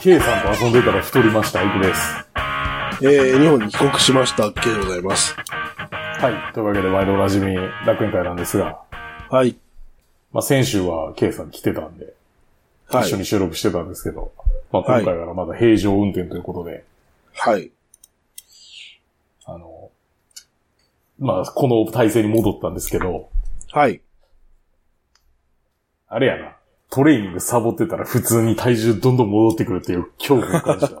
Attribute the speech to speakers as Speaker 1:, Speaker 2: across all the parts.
Speaker 1: K さんと遊んでたら太りました、イクです。
Speaker 2: えー、日本に帰国しました。K でございます。
Speaker 1: はい。というわけで、毎度おなじみ、楽園会なんですが、
Speaker 2: はい。
Speaker 1: まあ、先週は K さん来てたんで、
Speaker 2: は
Speaker 1: 一緒
Speaker 2: い。
Speaker 1: に収録してたんですけど、まあ、
Speaker 2: はい
Speaker 1: 今回からまだ平常運転ということで、
Speaker 2: はい。
Speaker 1: あの、まあ、この体制に戻ったんですけど、
Speaker 2: はい。
Speaker 1: あれやな、トレーニングサボってたら普通に体重どんどん戻ってくるっていう恐怖を感じた な。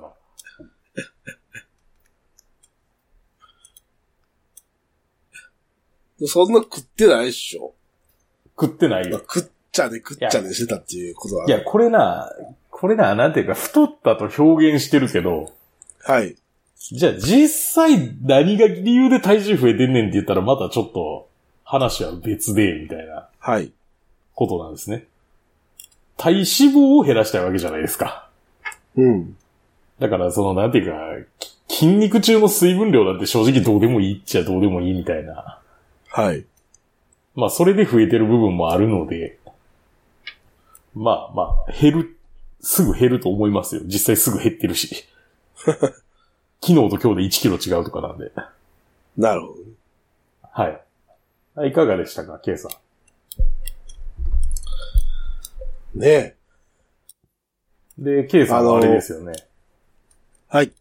Speaker 2: そんな食ってないっしょ。
Speaker 1: 食ってない
Speaker 2: まあ
Speaker 1: よ。
Speaker 2: 食っちゃね、食っちゃねしてたっていうことは。
Speaker 1: いや、これな、これな、なんていうか、太ったと表現してるけど、
Speaker 2: はい。
Speaker 1: じゃあ実際何が理由で体重増えてんねんって言ったらまたちょっと話は別で、みたいな
Speaker 2: はい。
Speaker 1: ことなんですね。体脂肪を減らしたいわけじゃないですか。
Speaker 2: うん。
Speaker 1: だからそのなんていうか、き筋肉中の水分量なんて正直どうでもいいっちゃどうでもいいみたいな。
Speaker 2: はい。
Speaker 1: まあそれで増えてる部分もあるので、まあまあ減る、すぐ減ると思いますよ。実際すぐ減ってるし。昨日と今日で1キロ違うとかなんで。
Speaker 2: なるほど。
Speaker 1: はいあ。いかがでしたか、ケイさん。
Speaker 2: ねえ。
Speaker 1: で、ケイさんはあれですよね。
Speaker 2: はい。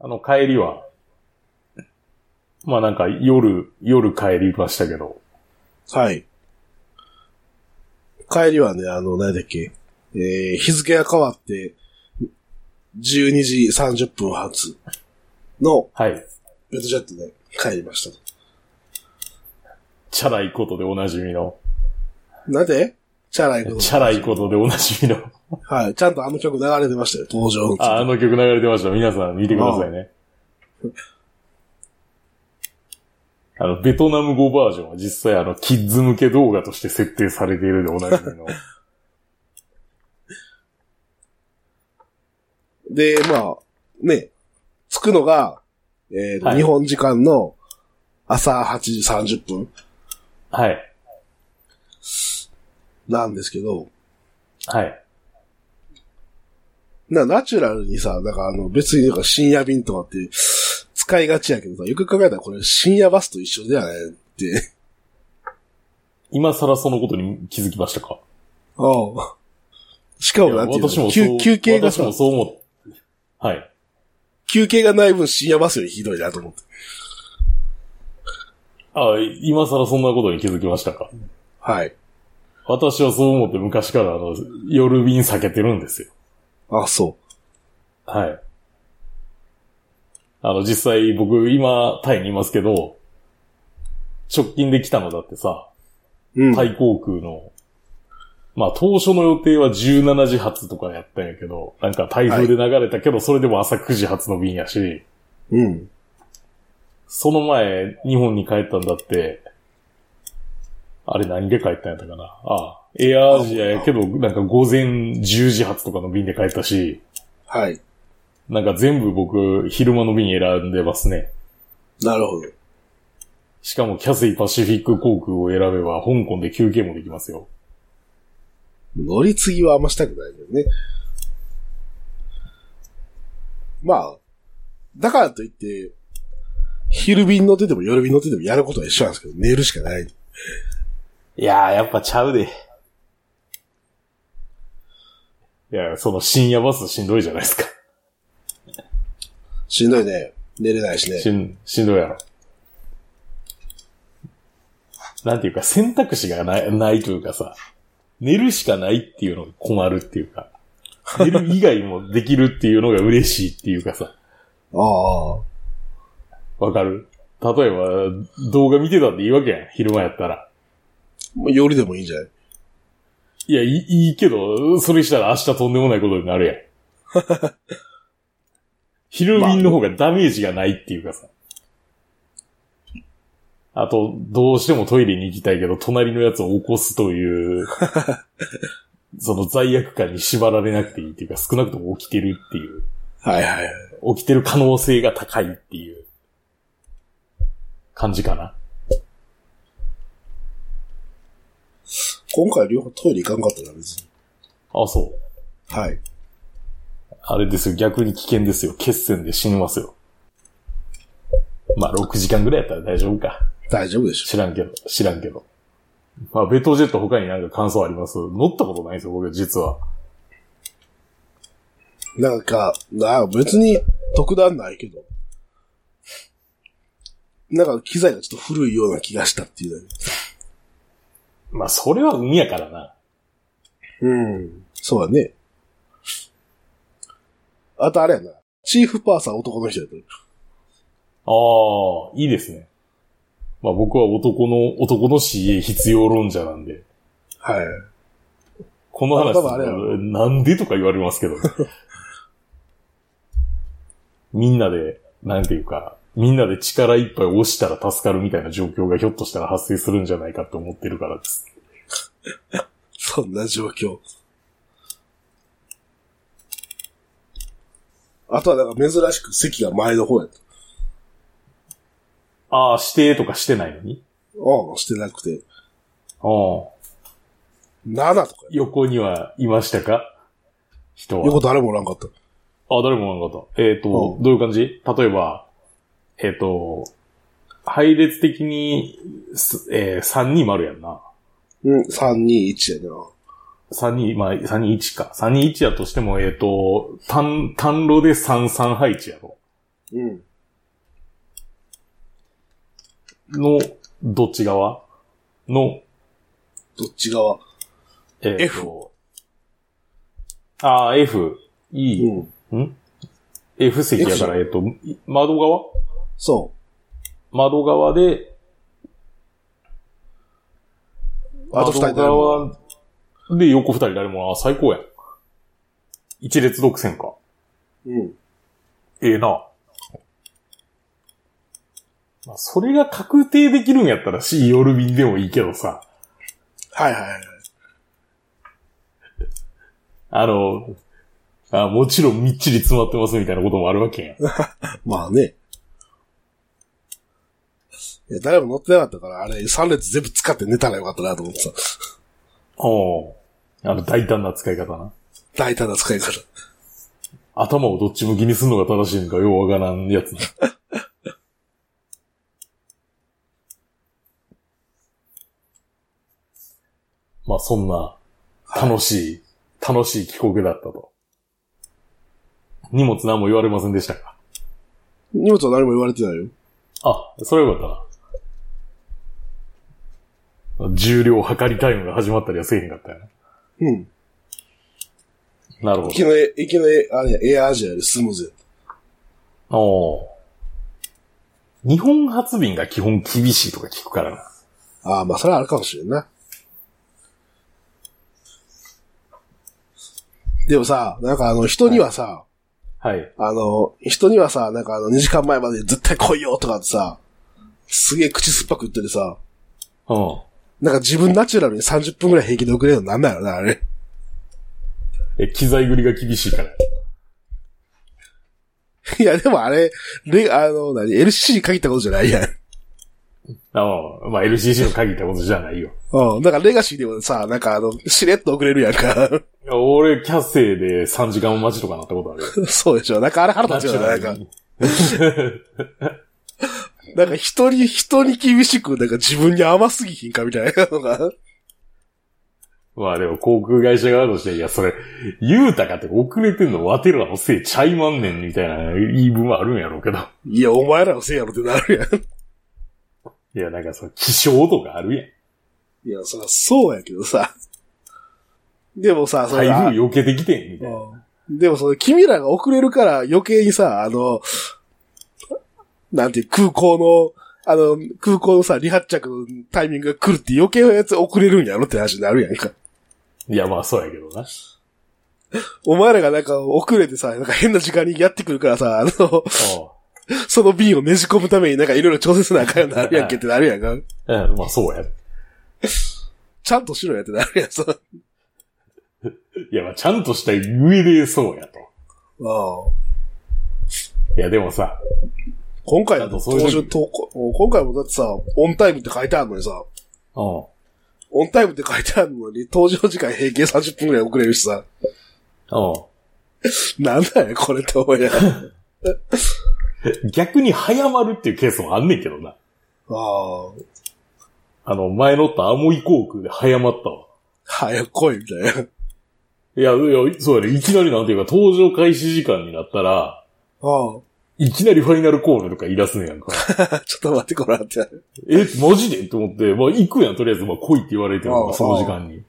Speaker 1: あの、帰りは、まあなんか夜、夜帰りましたけど、
Speaker 2: はい。帰りはね、あの、何だっけ。えー、日付が変わって、12時30分発の
Speaker 1: はい。
Speaker 2: ベトジェットで帰りましたと。
Speaker 1: チャラいことでおなじみの、
Speaker 2: なんでチャラいこと。
Speaker 1: チャラいことでおなじみの、
Speaker 2: はい。ちゃんとあの曲流れてましたよ、登場曲。
Speaker 1: あ、あの曲流れてました。皆さん見てくださいね。あの、ベトナム語バージョンは実際あの、キッズ向け動画として設定されているでおなじみの。
Speaker 2: で、まあ、ね、着くのが、えーと
Speaker 1: はい
Speaker 2: 日本時間の朝8時30分
Speaker 1: はい。
Speaker 2: なんですけど、
Speaker 1: はい。
Speaker 2: な、ナチュラルにさ、なんかあの、別になんか深夜便とかって使いがちやけどさ、よく考えたらこれ深夜バスと一緒だよねって。
Speaker 1: 今更そのことに気づきましたか
Speaker 2: ああ。しかもなんていうの
Speaker 1: 私もそ
Speaker 2: 休
Speaker 1: う、
Speaker 2: 休憩が
Speaker 1: 私
Speaker 2: さ
Speaker 1: も、そう思って。はい。
Speaker 2: 休憩がない分深夜バスよりひどいなと思って。
Speaker 1: あ、今更そんなことに気づきましたか。
Speaker 2: はい。
Speaker 1: 私はそう思って昔からあの、夜便避けてるんですよ。
Speaker 2: あ、そ
Speaker 1: はい。あの、実際僕今、タイにいますけど、直近で来たのだってさ、
Speaker 2: う。うん。
Speaker 1: タ
Speaker 2: はい。
Speaker 1: イ航空の、まあ当初の予定は17時発とかやったんやけど、なんか台風で流れたけど、それでも朝9時発の便やし、
Speaker 2: うん。
Speaker 1: その前、日本に帰ったんだって、あれ何で帰ったんやったかなああ、エアアジアやけど、なんか午前10時発とかの便で帰ったし、
Speaker 2: はい。
Speaker 1: なんか全部僕、昼間の便選んでますね。
Speaker 2: なるほど。
Speaker 1: しかもキャセイパシフィック航空を選べば、香港で休憩もできますよ。
Speaker 2: 乗り継ぎはあんましたくないけどね。まあ、だからといって、昼便乗ってても夜便乗っててもやることは一緒なんですけど、寝るしかない。
Speaker 1: いやー、やっぱちゃうで。いや、その深夜バスしんどいじゃないですか。
Speaker 2: しんどいね。寝れないしね。
Speaker 1: しん、しんどいやろ。なんていうか、選択肢がない、ないというかさ、寝るしかないっていうのが困るっていうか、寝る以外もできるっていうのが嬉しいっていうかさ、
Speaker 2: ああ。
Speaker 1: わかる例えば、動画見てたっていいわけやん、昼間やったら。
Speaker 2: まあ夜でもいいんじゃない
Speaker 1: いや、いいいいけど、それしたら明日とんでもないことになるやん。昼便の方がダメージがないっていうかさ。あと、どうしてもトイレに行きたいけど、隣のやつを起こすという、その罪悪感に縛られなくていいっていうか、少なくとも起きてるっていう、
Speaker 2: はいはいはい。
Speaker 1: 起きてる可能性が高いっていう感じかな。
Speaker 2: 今回両方トイレ行かんかったな、別に。
Speaker 1: あ、そう。
Speaker 2: はい。
Speaker 1: あれですよ、逆に危険ですよ。血栓で死にますよ。まあ、6時間ぐらいやったら大丈夫か。
Speaker 2: 大丈夫でしょ。
Speaker 1: 知らんけど、知らんけど。まあ、ベトジェット他になんか感想あります乗ったことないんですよ、僕実は。
Speaker 2: なんか、なあ別に特段ないけど。なんか機材がちょっと古いような気がしたっていうだけ。
Speaker 1: まあ、それは海やからな。
Speaker 2: うん。そうだね。あとあれやな。チーフパーサー男の人やと。
Speaker 1: ああ、いいですね。まあ、僕は男の、男の CA 必要論者なんで。
Speaker 2: はい。
Speaker 1: この話
Speaker 2: 多分あれやろ、
Speaker 1: なんでとか言われますけど。 みんなで、なんていうか、みんなで力いっぱい押したら助かるみたいな状況がひょっとしたら発生するんじゃないかって思ってるからです。
Speaker 2: そんな状況。あとはなんか珍しく席が前の方やと。
Speaker 1: ああ、指定とかしてないのに。
Speaker 2: うん、してなくて。
Speaker 1: ああ。
Speaker 2: 7とかや。
Speaker 1: 横にはいましたか人は
Speaker 2: 横。誰もおらんかった。
Speaker 1: あ、誰もおらんかった。えっ、と、
Speaker 2: うん
Speaker 1: どういう感じ例えば、えっ、と、配列的に、すえー、320やんな。
Speaker 2: うん、3、2、1やな。
Speaker 1: 32、まあ、321か。321やとしても、えっ、と、単、単路で33配置やろ。
Speaker 2: うん。
Speaker 1: の、どっち側の、
Speaker 2: どっち側
Speaker 1: えーと。ああ、F、E、
Speaker 2: うん。
Speaker 1: F 席やから、えっ、と、窓側
Speaker 2: そ
Speaker 1: 窓側で、
Speaker 2: う。あと2人
Speaker 1: 窓
Speaker 2: 誰も。
Speaker 1: 側で横二人誰も、あー最高やん。一列独占か。
Speaker 2: うん。
Speaker 1: ええな。まあ、それが確定できるんやったら C 夜便でもいいけどさ。
Speaker 2: はいはいはい。
Speaker 1: あの、あもちろんみっちり詰まってますみたいなこともあるわけやん。
Speaker 2: まあね。いや、誰も乗ってなかったから、あれ、3列全部使って寝たらよかったなと思ってた。
Speaker 1: おうあの大胆な使い方な。
Speaker 2: 大胆な使い方。
Speaker 1: 頭をどっち向きにするのが正しいのかようわからんやつな。 まあそんな楽しい、楽しい帰国だったと。荷物何も言われませんでしたか
Speaker 2: 荷物は何も言われてないよ。
Speaker 1: あ、それはよかったな。重量測りタイムが始まったりはせえへんかったよね。
Speaker 2: うん。
Speaker 1: なるほど
Speaker 2: 駅。の、駅の、あれ、エアアジアよりスムーズや
Speaker 1: おー日本発便が基本厳しいとか聞くからな。
Speaker 2: ああ、まあ、それはあるかもしれんな。でもさ、なんかあの、人にはさ、
Speaker 1: はい。
Speaker 2: あの、人にはさ、なんかあの、2時間前まで絶対来いよとかってさ、すげえ口酸っぱく言っててさ、
Speaker 1: うん。
Speaker 2: なんか自分ナチュラルに30分くらい平気で遅れるのなんだよな、あれ。
Speaker 1: え、機材繰りが厳しいから。
Speaker 2: いや、でもあれ、レ、あの、何、LCC に限ったことじゃないやん。
Speaker 1: あまあ、LCC の限ったことじゃないよ。
Speaker 2: うん。なんかレガシーでもさ、なんかあの、しれっと遅れるやんか。
Speaker 1: いや俺、キャッセイで3時間待ちとかなったことあ るよ。
Speaker 2: そうでしょ。なんかあれ腹立つよな、なんか。なんか人に、人に厳しく、なんか自分に甘すぎひんかみたいな のが。
Speaker 1: まあでも、航空会社側として、いや、それ、言うたかって遅れてんのワテらのせいちゃいまんねん、みたいな言い分はあるんやろうけど。
Speaker 2: いや、お前らのせいやろってなるやん。
Speaker 1: いや、なんかその、気象とかあるやん。
Speaker 2: いや、そりゃそうやけどさ。でもさ、そ
Speaker 1: 台
Speaker 2: れ
Speaker 1: 風避けてきてん、みたいな。
Speaker 2: うんでもその、君らが遅れるから余計にさ、あの、なんていう、空港の、あの、空港のさ、離発着のタイミングが来るって余計なやつ遅れるんやろって話になるやんか。
Speaker 1: いや、まあそうやけどな。
Speaker 2: お前らがなんか遅れてさ、なんか変な時間にやってくるからさ、あの、その瓶をねじ込むためになんかいろいろ調整せなあかんようになるやんけってなるやんか。
Speaker 1: うんうん。まあそうや。
Speaker 2: ちゃんとしろやってなるやん、さ。
Speaker 1: いや、まあちゃんとした上でそうやと。
Speaker 2: うん
Speaker 1: いや、でもさ、
Speaker 2: 今回だと
Speaker 1: あとそういう
Speaker 2: 登場投稿、今回もだってさ、オンタイムって書いてあるのにさ、
Speaker 1: うん。
Speaker 2: オンタイムって書いてあるのに、登場時間平均30分くらい遅れるしさ。
Speaker 1: う
Speaker 2: なんだよ、これって思いながら。あ
Speaker 1: 逆に早まるっていうケースもあんねんけどな。
Speaker 2: あ。
Speaker 1: あの、前乗ったアモイ航空で早まったわ。
Speaker 2: 早く来い、みたいな。
Speaker 1: いや、いや、そうやね。いきなりなんていうか、登場開始時間になったら、
Speaker 2: あ
Speaker 1: いきなりファイナルコールとか言い出すねやんか。
Speaker 2: あ。ちょっと待って、これってなる。
Speaker 1: え、マジでって思って、まあ行くやん、とりあえず、まあ来いって言われてるか
Speaker 2: あ
Speaker 1: ら、
Speaker 2: あ
Speaker 1: その時間に。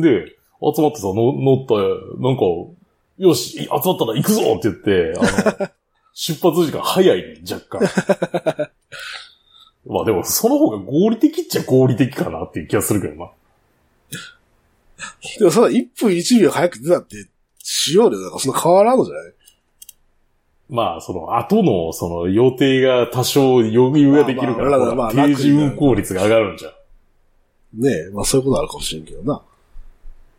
Speaker 1: で、集まってさ、の乗った、なんか、よし、集まったら行くぞって言って、あ の、出発時間早いね、若干。 まあでも、その方が合理的っちゃ合理的かなっていう気がするけどな。
Speaker 2: でもその1分1秒早く出たって、使用量なんかそんな変わらんのじゃない
Speaker 1: まあ、その、後の、その、予定が多少余裕ができるから、
Speaker 2: まあまあ
Speaker 1: ほら
Speaker 2: まあ
Speaker 1: 定時運行率が上がるんじゃん。
Speaker 2: ねえ、まあそういうことあるかもしれんけどな。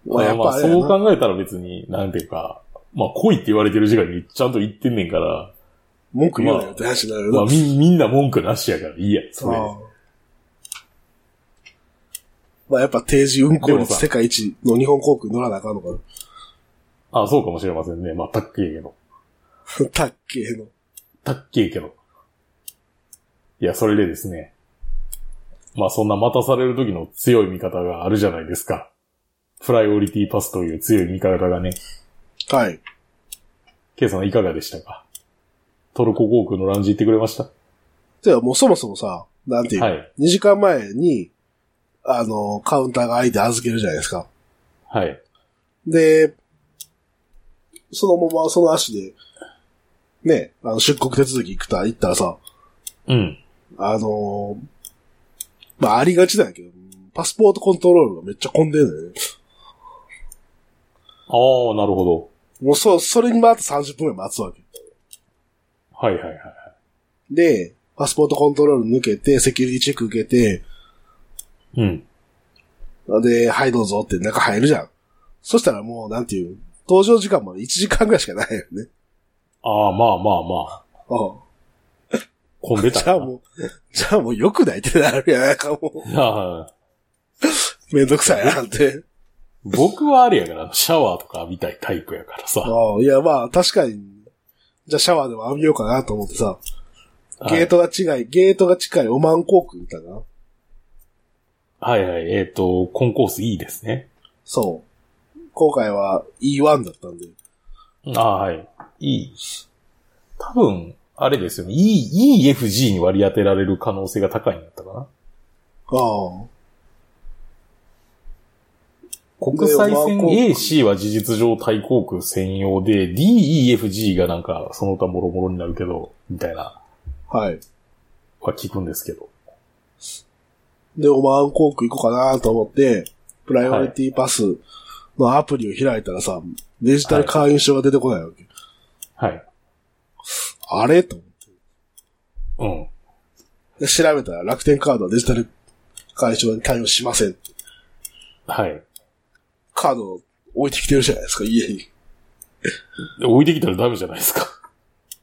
Speaker 1: まあ、
Speaker 2: やっ
Speaker 1: ま
Speaker 2: ぱ
Speaker 1: あ
Speaker 2: あれやな
Speaker 1: そう考えたら別に、なんていうか、まあ、来いって言われてる時間にちゃんと言ってんねんから、
Speaker 2: 文句言うなよって話になるよな。
Speaker 1: まあ、み、みんな文句なしやからいいや、それ。
Speaker 2: ああまあやっぱ定時運行
Speaker 1: でもさ
Speaker 2: 率世界一の日本航空乗らなあかんのかな。
Speaker 1: あそうかもしれませんね。まあ、たっけえけど。
Speaker 2: たっけえの。
Speaker 1: たっけえけど。いや、それでですね。まあ、そんな待たされる時の強い味方があるじゃないですか。プライオリティパスという強い味方がね、
Speaker 2: はい。
Speaker 1: ケイさんいかがでしたかトルコ航空のランジ行ってくれました
Speaker 2: ではもうそもそもさ、なんていうの、
Speaker 1: はい。
Speaker 2: 2時間前に、あの、カウンターが開いて預けるじゃないですか。
Speaker 1: はい。
Speaker 2: で、そのままその足で、ね、あの出国手続き行くた、行ったらさ、
Speaker 1: うん。
Speaker 2: あの、まあありがちなんやけど、パスポートコントロールがめっちゃ混んでるのよね。
Speaker 1: ああ、なるほど。
Speaker 2: もうそ、それにまた30分ぐらい待つわけ。
Speaker 1: はいはいはい。
Speaker 2: で、パスポートコントロール抜けて、セキュリティチェック受けて、
Speaker 1: うん。
Speaker 2: で、はいどうぞって中入るじゃん。そしたらもう、なんていう、登場時間まで1時間ぐらいしかないよね。
Speaker 1: ああ、まあまあまあ。
Speaker 2: う
Speaker 1: 混んで
Speaker 2: ん。
Speaker 1: た
Speaker 2: じ
Speaker 1: か
Speaker 2: ゃ
Speaker 1: な
Speaker 2: あもう、じゃあもうよくないってなるやん。なんかも
Speaker 1: ああ
Speaker 2: う、めんどくさいなって。
Speaker 1: 僕はあれやから、シャワーとか浴びたいタイプやからさ。
Speaker 2: うん。いや、まあ、確かに、じゃあシャワーでも浴びようかなと思ってさ、ゲートが違い、ゲートが近いオマーン航空みたいな。
Speaker 1: はい、はいはいえっ、と、コンコースいいですね。
Speaker 2: そう。今回は E1 だったんで。
Speaker 1: ああ、はい。いい。多分、あれですよね。E、EFG に割り当てられる可能性が高いんだったかな。
Speaker 2: ああ。
Speaker 1: 国際線 AC は事実上対航空専用で、DEFG がなんかその他もろもろになるけど、みたいな、
Speaker 2: はい。
Speaker 1: は聞くんですけど。
Speaker 2: で、オマーン航空行こうかなと思って、プライオリティパスのアプリを開いたらさ、デジタル会員証が出てこないわけ。
Speaker 1: はい。
Speaker 2: あれと思っ
Speaker 1: うん。
Speaker 2: て。で、調べたら楽天カードはデジタル会員証に対応しません。
Speaker 1: はい。
Speaker 2: カードを置いてきてるじゃないですか、家に。
Speaker 1: で置いてきたらダメじゃないですか。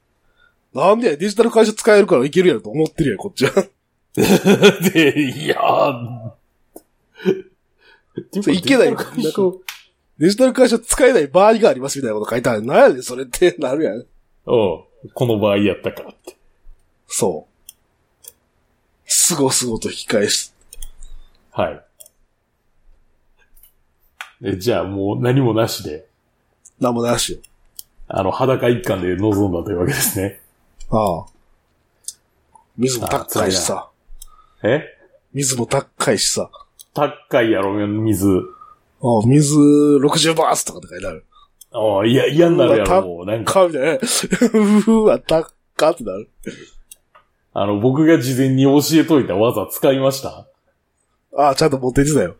Speaker 2: なんでやデジタル会社使えるからいけるやろと思ってるやん、こっちは。
Speaker 1: で、いやー。
Speaker 2: それいけないよ
Speaker 1: なんか
Speaker 2: デジタル会社使えない場合がありますみたいなこと書いてある。なんやねん、それって なるやん。
Speaker 1: うん。この場合やったからって。
Speaker 2: そう。すごすごと引き返す。
Speaker 1: はい。えじゃあもう何もなしで、
Speaker 2: なんもなしよ。
Speaker 1: あの、裸一貫で臨んだというわけですね。
Speaker 2: ああ。水も高いしさ。
Speaker 1: え
Speaker 2: 水も高いしさ。
Speaker 1: 高いやろ、水。
Speaker 2: ああ、水60バースとかって書いてある。
Speaker 1: ああ、いや、嫌になるや
Speaker 2: うわ
Speaker 1: ろ、もう。なんか、
Speaker 2: かみたいな。う ーわ、高っってなる。
Speaker 1: あの、僕が事前に教えといた技使いました
Speaker 2: ああ、ちゃんと持っていってたよ。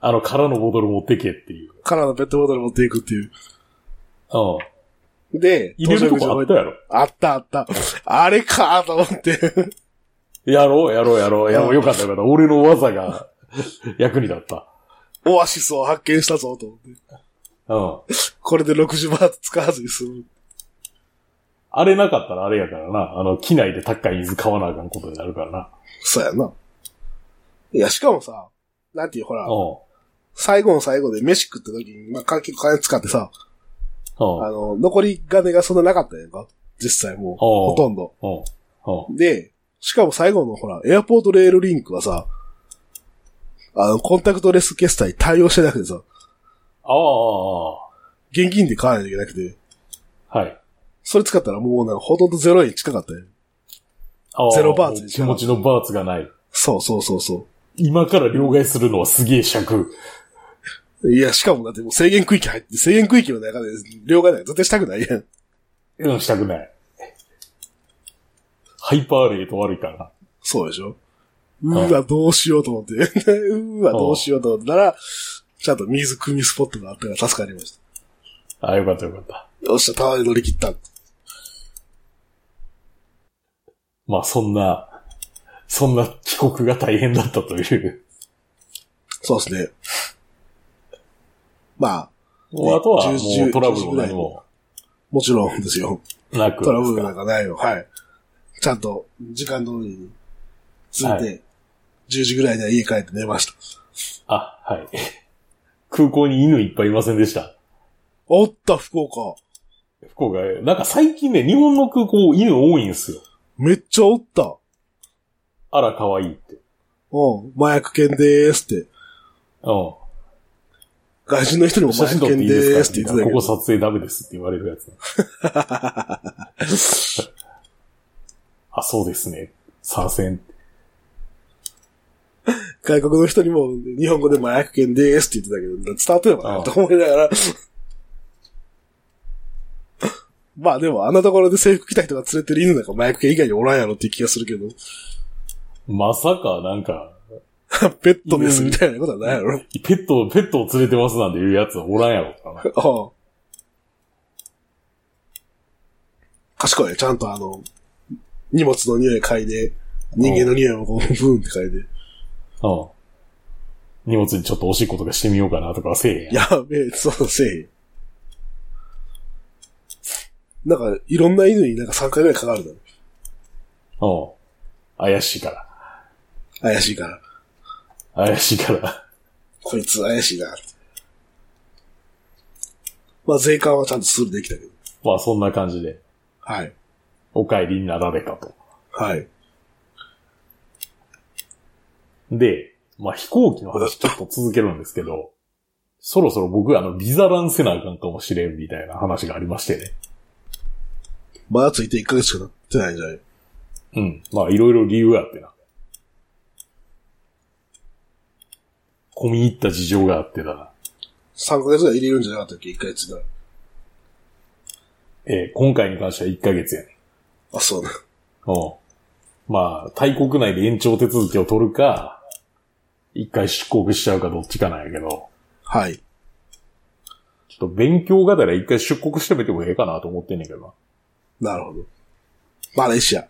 Speaker 1: あの、空のボトル持ってけっていう。
Speaker 2: カラーのペットボトル持っていくっていう。
Speaker 1: うん。
Speaker 2: で、
Speaker 1: 入れるとこあったやろ。
Speaker 2: あったあった。あれかと思って。
Speaker 1: やろう、やろう、やろう、やろ
Speaker 2: う
Speaker 1: う。
Speaker 2: ん
Speaker 1: よかったよかった。俺の技が 役に立った。
Speaker 2: オアシスを発見したぞと思って。
Speaker 1: うん。
Speaker 2: これで60バーツ使わずに済む。
Speaker 1: あれなかったらあれやからな。あの、機内で高い水買わなあかんことになるからな。
Speaker 2: そうやな。いや、しかもさ、なんていう、ほら、
Speaker 1: う
Speaker 2: 最後の最後で飯食った時に、まあ、結構金使ってさ、
Speaker 1: うん。
Speaker 2: あの、残り金がそんななかったやんか。実際もう、
Speaker 1: おう
Speaker 2: ほとんど。
Speaker 1: うん。うん。
Speaker 2: で、しかも最後のほら、エアポートレールリンクはさ、あの、コンタクトレス決済対応してなくてさ、
Speaker 1: ああ、あ
Speaker 2: 現金で買わないといけなくて、
Speaker 1: あはい。
Speaker 2: それ使ったらもうなんかほとんど0円近かったよ。
Speaker 1: ああ
Speaker 2: ゼロバーツにし
Speaker 1: 気
Speaker 2: なか
Speaker 1: 持
Speaker 2: った
Speaker 1: ちのバーツがない。
Speaker 2: そうそうそうそ
Speaker 1: 今から両替するのはすげえ尺。
Speaker 2: う。いや、しかもだってもう制限区域入って、制限区域の中で両替なんか絶対したくないやん。
Speaker 1: うん、したくない。ハイパーレート悪いからな。
Speaker 2: そうでしょうーわ、どうしようと思って。 うーわ、どうしようと思ったら、ちゃんと水汲みスポットがあったから助かりまし
Speaker 1: ああ、よかったよかった。
Speaker 2: た。よっしゃ、タワーで乗り切った。
Speaker 1: まあ、そんな、そんな帰国が大変だったという。
Speaker 2: そうですね。まあ、
Speaker 1: もうあとは、も
Speaker 2: 10
Speaker 1: うトラブルも何も
Speaker 2: もちろんですよ。
Speaker 1: なく。
Speaker 2: トラブルなんかないよ。はい。ちゃんと、時間通りに、ついて、
Speaker 1: は
Speaker 2: 10時ぐらいには家帰って寝ました。
Speaker 1: あ、はい。空港に犬いっぱいいませんでした。
Speaker 2: おった、福岡。
Speaker 1: 福岡、なんか最近ね、日本の空港犬多いんすよ。
Speaker 2: めっちゃおった。
Speaker 1: あら、可愛いって。
Speaker 2: うん、麻薬犬でーすって。
Speaker 1: うん。
Speaker 2: 外人の人にも麻
Speaker 1: 写真
Speaker 2: 薬
Speaker 1: 撮ってい
Speaker 2: 犬
Speaker 1: い
Speaker 2: で
Speaker 1: で
Speaker 2: ー
Speaker 1: す
Speaker 2: すって言
Speaker 1: か
Speaker 2: っ
Speaker 1: こ
Speaker 2: てたけ
Speaker 1: こ
Speaker 2: ど。
Speaker 1: 撮影ダメですって言われるやつ。 あ、そうですね。参戦。
Speaker 2: 外国の人にも、日本語で麻薬犬でーすって言ってたけど、伝わってるのか
Speaker 1: う
Speaker 2: なんと思いながら。 まあでも、あんなところで制服着た人が連れてる犬なんか麻薬犬以外におらんやろっていう気がするけど、
Speaker 1: まさか、なんか、
Speaker 2: ペットですみたいなことはないやろ。
Speaker 1: ペット、ペットを連れてますなんていうやつはおらんやろうか な。
Speaker 2: ああ。賢い。ちゃんとあの、荷物の匂い嗅いで、人間の匂いをこう、ブーンって嗅いで。
Speaker 1: うん。荷物にちょっとおしっことかしてみようかなとかはせえへん。
Speaker 2: やべえ、そうせえへん。なんか、いろんな犬になんか3回ぐらいかかるだろ。
Speaker 1: うん。怪しいから。
Speaker 2: 怪しいから。
Speaker 1: 怪しいから。
Speaker 2: こいつ怪しいな。まあ、税関はちゃんとするできたけど。
Speaker 1: まあそんな感じで、
Speaker 2: はい。
Speaker 1: お帰りになられたと。
Speaker 2: はい。
Speaker 1: で、まあ飛行機の話ちょっと続けるんですけど、そろそろ僕あのビザランせなあかんかもしれんみたいな話がありましてね。
Speaker 2: まだついて1ヶ月しかなってないんじゃない
Speaker 1: うん。まあ、いろいろ理由があってな。込み入った事情があってだな。
Speaker 2: ?3 ヶ月ぐらい入れるんじゃなかったっけ ?1 ヶ月ぐらい。
Speaker 1: えー今回に関しては1ヶ月やね。
Speaker 2: あ、そうな。
Speaker 1: うん。まあ、大国内で延長手続きを取るか、一回出国しちゃうかどっちかなんやけど、
Speaker 2: はい。
Speaker 1: ちょっと勉強がてら一回出国してみてもええかなと思ってんねんけどな。
Speaker 2: なるほど。マレーシア、
Speaker 1: い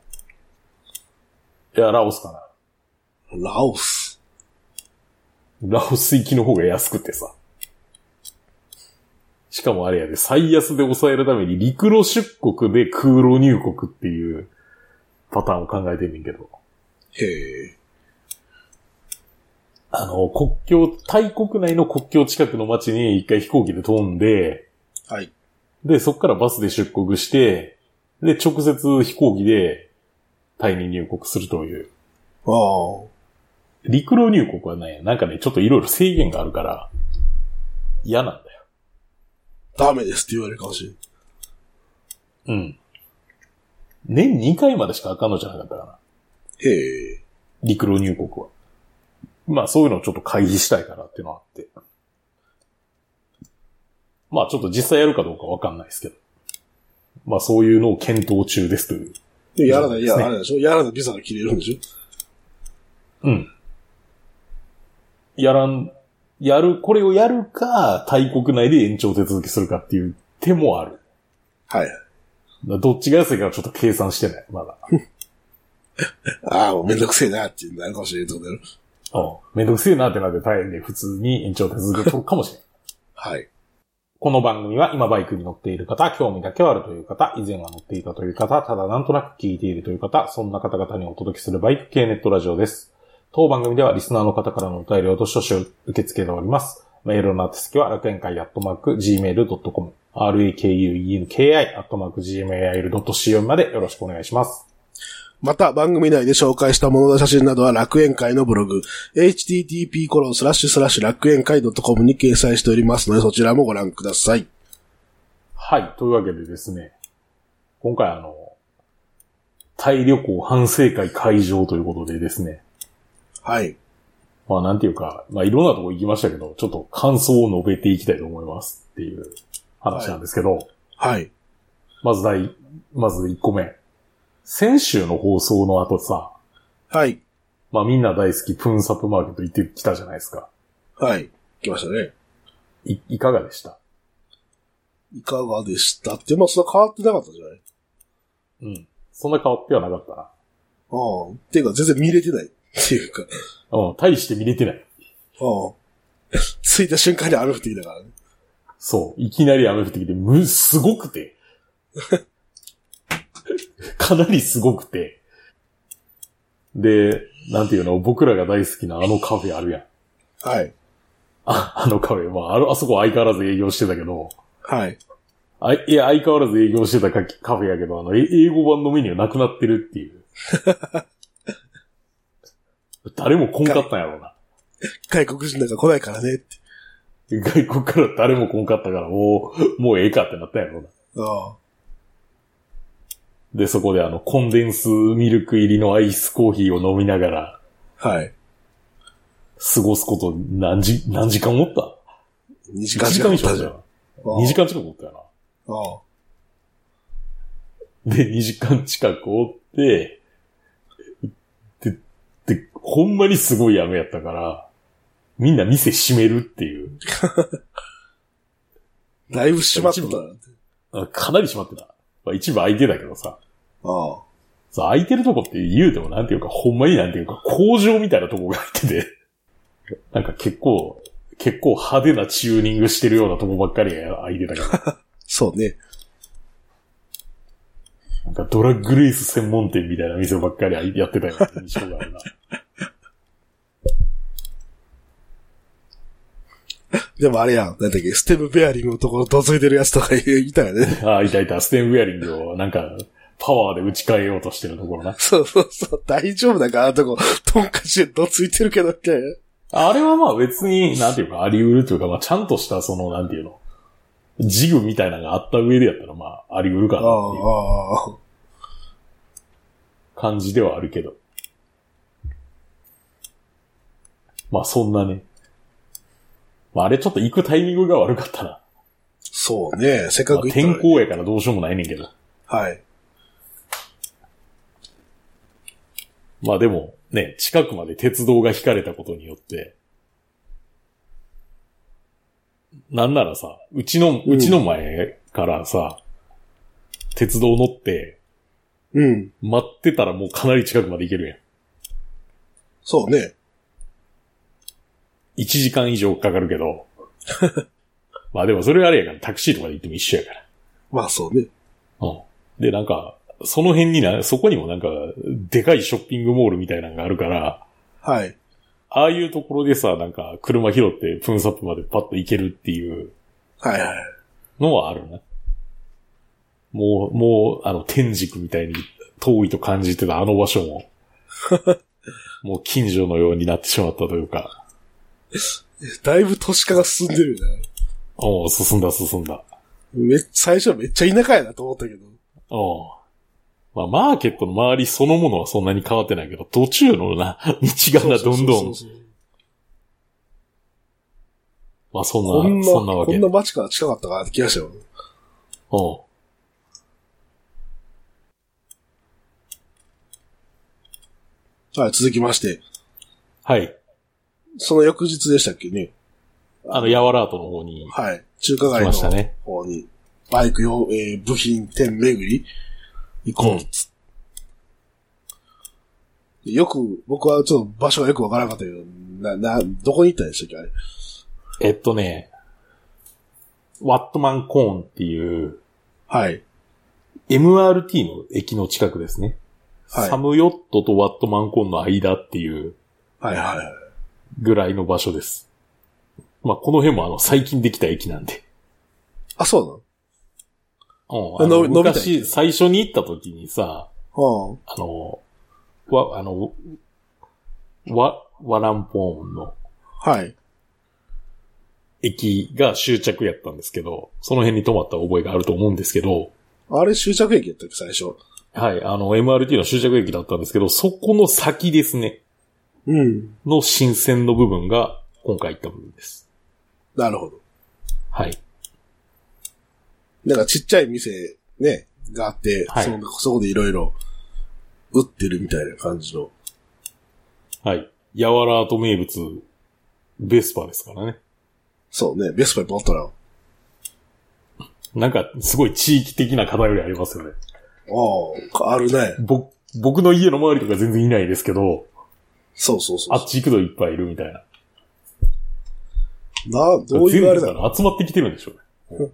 Speaker 1: や、ラオスか
Speaker 2: ラオス。
Speaker 1: な。ラオス行きの方が安くてさ。しかもあれやで、最安で抑えるために陸路出国で空路入国っていうパターンを考えてんねんけど。
Speaker 2: へえ。
Speaker 1: あの、国境、タイ国内の国境近くの町に一回飛行機で飛んで、
Speaker 2: はい。
Speaker 1: で、そっからバスで出国して、で、直接飛行機でタイに入国するという。
Speaker 2: ああ。
Speaker 1: 陸路入国はね、なんかね、ちょっといろいろ制限があるから、嫌なんだよ。
Speaker 2: ダメですって言われるかもしれん。
Speaker 1: うん。年2回までしかあかんのじゃなかったかな。
Speaker 2: へえ。
Speaker 1: 陸路入国は。まあそういうのをちょっと回避したいからっていうのがあって。まあちょっと実際やるかどうかわかんないですけど。まあそういうのを検討中ですという。
Speaker 2: で、やらない、いや、
Speaker 1: そうですね
Speaker 2: あれでしょやらないビザが切れるんでし
Speaker 1: うん。やらん、やる、これをやるか、大国内で延長手続きするかっていう手もある。
Speaker 2: ょはい。
Speaker 1: どっちが安いかはちょっと計算してない、まだ。
Speaker 2: ああ、もうめんどくせえなってなるかもしれんってことだよ。
Speaker 1: うん。めんどくせえなってなって大変で普通に延長手続きを取るかもしれない。
Speaker 2: はい。
Speaker 1: この番組は今バイクに乗っている方、興味だけはあるという方、以前は乗っていたという方、ただなんとなく聞いているという方、そんな方々にお届けするバイク系ネットラジオです。当番組ではリスナーの方からのお便りをどしどし受け付けております。メールの宛先は楽園会アットマーク gmail.com、 rakuenki、アットマーク gmail.co までよろしくお願いします。
Speaker 2: また、番組内で紹介したものの写真などは楽園会のブログ、http コロンスラッシュスラッシュ楽園会 .com に掲載しておりますので、そちらもご覧ください。
Speaker 1: はい。というわけでですね、今回あの、タイ旅行反省会会場ということでですね、
Speaker 2: はい。
Speaker 1: まあなんていうか、まあいろんなとこ行きましたけど、ちょっと感想を述べていきたいと思いますっていう話なんですけど、
Speaker 2: はい。
Speaker 1: まず第、まず1個目。先週の放送の後さ、
Speaker 2: はい。
Speaker 1: まあみんな大好きプンサップマーケット行ってきたじゃないですか。
Speaker 2: はい。来ましたね。
Speaker 1: い、いかがでした
Speaker 2: いかがでしたって、まあ、そんな変わってなかったじゃない
Speaker 1: うん。そんな変わってはなかったな。
Speaker 2: ああ。っていうか、全然見れてない。っていうか、
Speaker 1: うん、大して見れてない。
Speaker 2: ああ。 着いた瞬間に雨降ってきたからね。
Speaker 1: そう。いきなり雨降ってきて、む、すごくて。 かなりすごくて。で、なんていうの、僕らが大好きなあのカフェあるやん。
Speaker 2: はい。
Speaker 1: あ、あのカフェ。まあ、あのあそこ相変わらず営業してたけど、
Speaker 2: はい。
Speaker 1: あいいや、相変わらず営業してたカカフェやけど、あの、え英語版のメニューなくなってるっていう。 誰も来んかったんやろうな。
Speaker 2: 外国人なんか来ないからねって。
Speaker 1: 外国から誰も来んかったから、もう、もうええかってなったんやろうな。
Speaker 2: ああ。
Speaker 1: で、そこであの、コンデンスミルク入りのアイスコーヒーを飲みながら、
Speaker 2: はい。
Speaker 1: 過ごすこと何時、何時間おった
Speaker 2: 2時
Speaker 1: ?1
Speaker 2: 間
Speaker 1: 時間以上おったよな。2時
Speaker 2: 間。
Speaker 1: 間近くおったよ
Speaker 2: ああ。
Speaker 1: な。で、2時 間近くおって、で、で、ほんまにすごい雨やったから、みんな店閉めるっていう。
Speaker 2: だいぶ閉まってたな。
Speaker 1: あかなり閉まってた。まあ、一部空いてたけどさ。
Speaker 2: ああ。
Speaker 1: さ、空いてるとこって言うてもなんていうか、ほんまになんていうか、工場みたいなとこが空いて て。なんか結構、結構派手なチューニングしてるようなとこばっかりが空いてたけど。
Speaker 2: そうね。
Speaker 1: なんかドラッグレース専門店みたいな店ばっかりやってたような印象があるな。
Speaker 2: でもあれやん。なんだっけ、ステムベアリングのところどついてるやつとかいたよね。
Speaker 1: ああ、いたいた、ステンウェアリングをなんか、パワーで打ち替えようとしてるところな。
Speaker 2: そうそうそう。大丈夫だから、あのとこ、トンカチでどついてるけどって。
Speaker 1: あれはまあ別に、なんていうか、あり得るというか、まあちゃんとしたその、なんていうの、ジグみたいなのがあった上でやったら、まああり得るか
Speaker 2: あ
Speaker 1: なっていう
Speaker 2: あ、ああ。
Speaker 1: 感じではあるけど。まあそんなね。まああれちょっと行くタイミングが悪かったな。
Speaker 2: そうね。せっか
Speaker 1: まあ
Speaker 2: く行ったのに
Speaker 1: 天候やからどうしようもないねんけど。
Speaker 2: はい。
Speaker 1: まあでも、ね、近くまで鉄道が引かれたことによって、なんならさ、うちの、
Speaker 2: うん
Speaker 1: うちの前からさ、鉄道乗って、
Speaker 2: うん。
Speaker 1: 待ってたらもうかなり近くまで行けるやん。
Speaker 2: そうね。
Speaker 1: 1時間以上かかるけど。まあでもそれはあれやから、タクシーとかで行っても一緒やから。
Speaker 2: まあそうね。
Speaker 1: うん。で、なんか、その辺にな、そこにもなんか、でかいショッピングモールみたいなのがあるから、
Speaker 2: はい。
Speaker 1: ああいうところでさ、なんか、車拾って、プンサップまでパッと行けるっていう
Speaker 2: はいはい。
Speaker 1: のはあるな。もう、もう、あの、天竺みたいに遠いと感じてたあの場所 も、もう近所のようになってしまったというか、
Speaker 2: だいぶ都市化が進んでるよね。
Speaker 1: おう進んだ進んだ。
Speaker 2: めっ最初はめっちゃ田舎やなと思ったけど。
Speaker 1: おうまあ、マーケットの周りそのものはそんなに変わってないけど、途中の な、道がな、どんど
Speaker 2: そ
Speaker 1: ん
Speaker 2: う、そうそうそう
Speaker 1: まあ、そ
Speaker 2: こ
Speaker 1: ん
Speaker 2: ん
Speaker 1: な、
Speaker 2: な、
Speaker 1: そんなわ
Speaker 2: こ
Speaker 1: け
Speaker 2: ん
Speaker 1: で。
Speaker 2: な街から近かったかなって気がしたよ。
Speaker 1: お
Speaker 2: はい、続きまして。
Speaker 1: はい。
Speaker 2: その翌日でしたっけね。
Speaker 1: あの、ヤワラートの方に
Speaker 2: はい。中華
Speaker 1: 来
Speaker 2: 街
Speaker 1: ました
Speaker 2: の
Speaker 1: ね。
Speaker 2: 方に、バイク用、えー部品店巡り行こうっつって、よく、僕はちょっと場所がよくわからなかったけど、な、な、どこに行ったんでしたっけあれ。
Speaker 1: えっとね、ワットマンコーンっていう、
Speaker 2: はい。
Speaker 1: MRT の駅の近くですね。
Speaker 2: はい
Speaker 1: サムヨットとワットマンコンの間っていう
Speaker 2: はいはいはい。
Speaker 1: ぐらいの場所です。まあ、この辺もあの、最近できた駅なんで。
Speaker 2: あ、そう
Speaker 1: うん、あの
Speaker 2: の伸びた
Speaker 1: 昔、最初に行った時にさ、
Speaker 2: うん。
Speaker 1: あの、わ、あの、わ、わらんぽーんの
Speaker 2: はい。
Speaker 1: 駅が終着やったんですけど、その辺に止まった覚えがあると思うんですけど、
Speaker 2: あれ終着駅やったっけ、最初。
Speaker 1: はい、あの、MRT の終着駅だったんですけど、そこの先ですね、
Speaker 2: うん。
Speaker 1: の新線の部分が今回行った部分です。
Speaker 2: なるほど。
Speaker 1: はい。
Speaker 2: なんかちっちゃい店、ね、があって、
Speaker 1: はい
Speaker 2: そのそこでいろいろ、売ってるみたいな感じの。
Speaker 1: はい。やわらと名物、ベスパですからね。
Speaker 2: そうね、ベスパに持ったら、あ
Speaker 1: なんか、すごい地域的な偏りありますよね。
Speaker 2: あ、あるね。
Speaker 1: 僕、僕の家の周りとか全然いないですけど、
Speaker 2: そうそうそ
Speaker 1: あ
Speaker 2: う
Speaker 1: っ。ち行くといっぱいいるみたいな。
Speaker 2: な、どういうあれだ
Speaker 1: 全部から集まってきてるんでしょうね。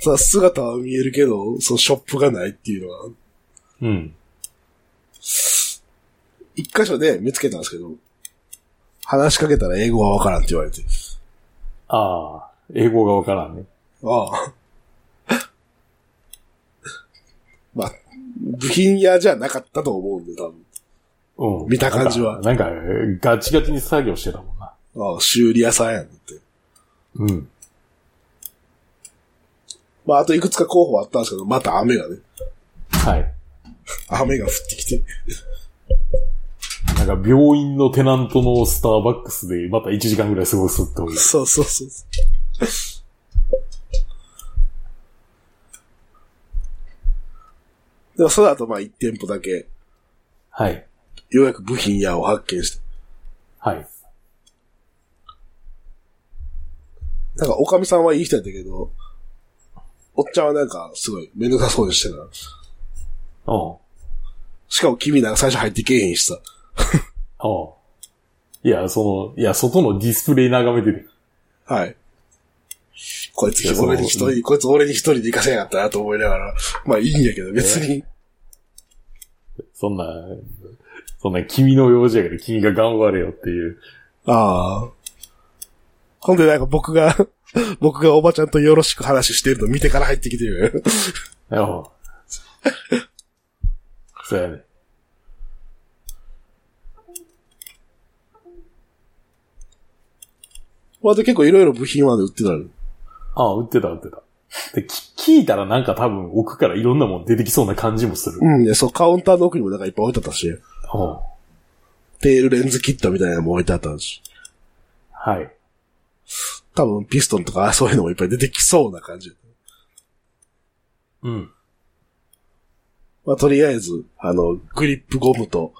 Speaker 2: さ姿は見えるけど、そのショップがないっていうのは、
Speaker 1: うん。
Speaker 2: 一箇所で見つけたんですけど、話しかけたら英語はわからんって言われて。
Speaker 1: ああ、英語がわからんね。
Speaker 2: ああ。 まあ、部品屋じゃなかったと思うんで、多分。
Speaker 1: うん。
Speaker 2: 見た感じは
Speaker 1: なんか、なんかガチガチに作業してたもんな。
Speaker 2: ああ、修理屋さんやんって。
Speaker 1: うん。
Speaker 2: まあ、あといくつか候補あったんですけど、また雨がね、
Speaker 1: はい。
Speaker 2: 雨が降ってきて、
Speaker 1: なんか、病院のテナントのスターバックスで、また1時間ぐらい過ごすってことです。
Speaker 2: そうそうそう。でも、その後、まあ、一店舗だけ、
Speaker 1: はい。
Speaker 2: ようやく部品屋を発見して、
Speaker 1: はい。
Speaker 2: なんか、おかみさんはいい人やったけど、おっちゃんはなんか、すごい、めんどくさそうにしてた。
Speaker 1: うん。
Speaker 2: しかも君なんか最初入ってけえへんしさ。
Speaker 1: ああ。いや、その、いや、外のディスプレイ眺めてる。
Speaker 2: はい。こいつ
Speaker 1: いやそう
Speaker 2: 俺に一人、こいつ俺に一人で行かせやがったなと思いながら、まあいいんやけど、別に、
Speaker 1: そんな、そんな君の用事やから君が頑張れよっていう。
Speaker 2: ああ。ほんでなんか僕が、 僕がおばちゃんとよろしく話してるの見てから入ってきてる。
Speaker 1: ああ。 そうやね。
Speaker 2: まあで結構いろいろ部品まで売ってたの。
Speaker 1: ああ、売ってた売ってた。で、き聞いたらなんか多分奥からいろんなもん出てきそうな感じもする。
Speaker 2: うん、で、そう、カウンターの奥にもなんかいっぱい置いてあったし、
Speaker 1: あ
Speaker 2: テールレンズキットみたいなのも置いてあったし、
Speaker 1: あはい。
Speaker 2: 多分ピストンとかそういうのもいっぱい出てきそうな感じ。
Speaker 1: うん。
Speaker 2: まあ、とりあえず、あの、グリップゴムと、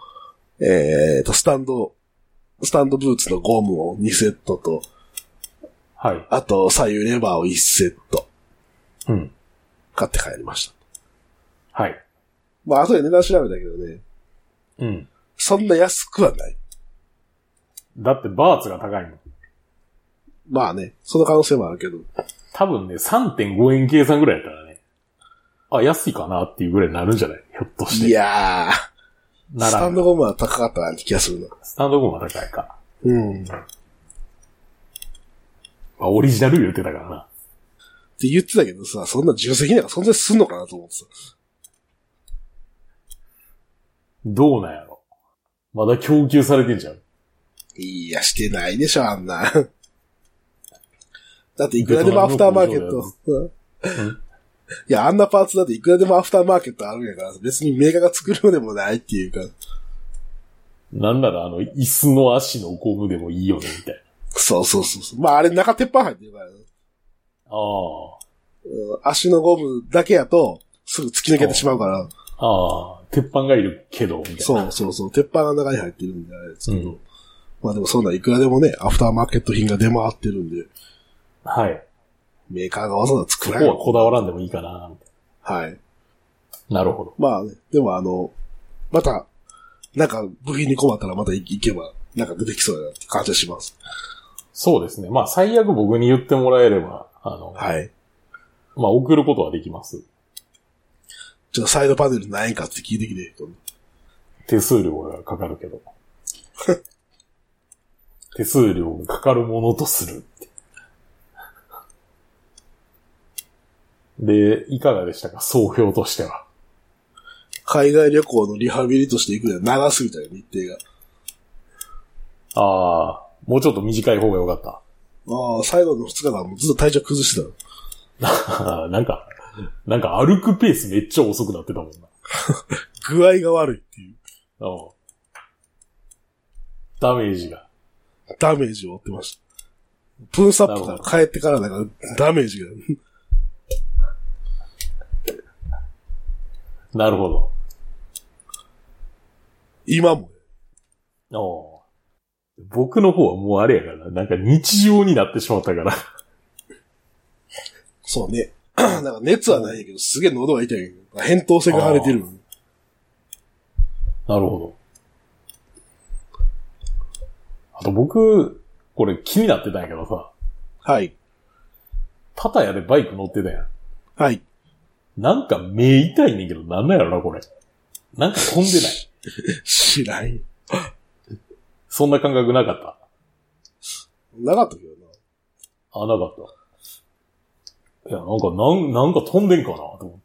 Speaker 2: えーと、スタンド、スタンドブーツのゴムを2セットと、
Speaker 1: はい。
Speaker 2: あと、左右レバーを1セット
Speaker 1: うん。
Speaker 2: 買って帰りました。
Speaker 1: はい。
Speaker 2: まあ、後で値段調べたけどね、
Speaker 1: うん。
Speaker 2: そんな安くはない。
Speaker 1: だってバーツが高いもん。
Speaker 2: まあね、その可能性もあるけど。
Speaker 1: 多分ね、3.5円計算ぐらいやったらね、あ、安いかなっていうぐらいになるんじゃないひょっとして。
Speaker 2: いやー、
Speaker 1: な
Speaker 2: スタ
Speaker 1: ら
Speaker 2: ン
Speaker 1: ん
Speaker 2: ドゴムは高かったなって気がするな。
Speaker 1: スタンドゴムは高いか。
Speaker 2: うん。っ
Speaker 1: まあ、オリジナル言ってたからな。
Speaker 2: て言ってたけどさ、そんな重責なんか存在すんのかなと思ってさ。
Speaker 1: どうなんやろ。まだ供給されてんじゃん。
Speaker 2: いや、してないでしょ、あんな。 だっていくらでもアフターマーケット。
Speaker 1: ん
Speaker 2: いや、あんなパーツだっていくらでもアフターマーケットあるんやから、別にメーカーが作るのでもないっていうか、
Speaker 1: なんならあの、椅子の足のゴムでもいいよね、みたいな。
Speaker 2: そうそうそうそう。まあ、あれ中鉄板入ってるからね、
Speaker 1: あ
Speaker 2: うん足のゴムだけやと、すぐ突き抜けてしまうから、
Speaker 1: あ。ああ。鉄板がいるけど、みたいな。
Speaker 2: そうそうそう、鉄板が中に入ってるんであれですけど、
Speaker 1: うん
Speaker 2: まあでもそんなんいくらでもね、アフターマーケット品が出回ってるんで、
Speaker 1: はい。
Speaker 2: メーカーがわざわざ作
Speaker 1: こ
Speaker 2: ら
Speaker 1: こ
Speaker 2: な。
Speaker 1: はいこだわらんでもいいかな、みたい
Speaker 2: はい。
Speaker 1: な。なるほど。
Speaker 2: まあね、でもあの、また、なんか部品に困ったらまた行けば、なんか出てきそうだなって感じはします。
Speaker 1: そうですね。まあ、最悪僕に言ってもらえれば、あの、
Speaker 2: はい。
Speaker 1: まあ、送ることはできます。
Speaker 2: ちょっとサイドパネルないんかって聞いてきて。
Speaker 1: 手数料がかかるけど。 手数料がかかるものとするって。で、いかがでしたか総評としては。
Speaker 2: 海外旅行のリハビリとして行くには長すぎたよ、日程が。
Speaker 1: ああ、もうちょっと短い方が良かった。
Speaker 2: ああ、最後の2日間もずっと体調崩してたの。
Speaker 1: あー なんか、なんか歩くペースめっちゃ遅くなってたもんな。
Speaker 2: 具合が悪いってい
Speaker 1: う
Speaker 2: う
Speaker 1: ん。ダメージが。
Speaker 2: ダメージを負ってました。プンサップから帰ってからだからダメージが。
Speaker 1: なるほ
Speaker 2: 今も。
Speaker 1: ど。おう僕の方はもうあれやから、なんか日常になってしまったから。
Speaker 2: そうね。 なんか熱はないけど、すげえ喉が痛い。扁桃腺が腫れてる。
Speaker 1: なるほど。あと僕、これ気になってたんやけどさ、
Speaker 2: はい。
Speaker 1: パタヤでバイク乗ってたやん。
Speaker 2: はい。
Speaker 1: なんか目痛いねんけど、なんなんやろな、これ。なんか飛んでない。
Speaker 2: 知らん。
Speaker 1: そんな感覚なかった。
Speaker 2: なかったけどな。
Speaker 1: あ、なかった。いや、なんか、なん、なんか飛んでんかな、と思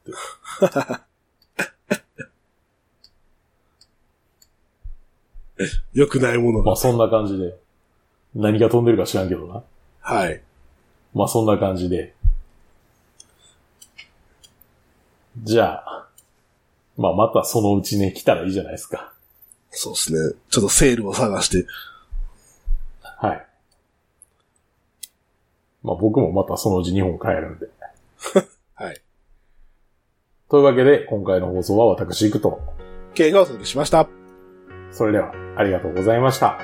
Speaker 1: って。
Speaker 2: 良くないもの
Speaker 1: ま
Speaker 2: が
Speaker 1: あ。そんな感じで。何が飛んでるか知らんけどな。
Speaker 2: はい。
Speaker 1: まあそんな感じで。じゃあ、まあまたそのうちね、来たらいいじゃないですか。
Speaker 2: そうですね。ちょっとセールを探して。
Speaker 1: はい。まあ僕もまたそのうち日本帰るんで。
Speaker 2: はい。
Speaker 1: というわけで、今回の放送は私行くと。
Speaker 2: 経過をお届けしました。
Speaker 1: それでは、ありがとうございました。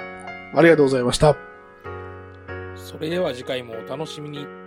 Speaker 2: ありがとうございました。
Speaker 3: それでは次回もお楽しみに。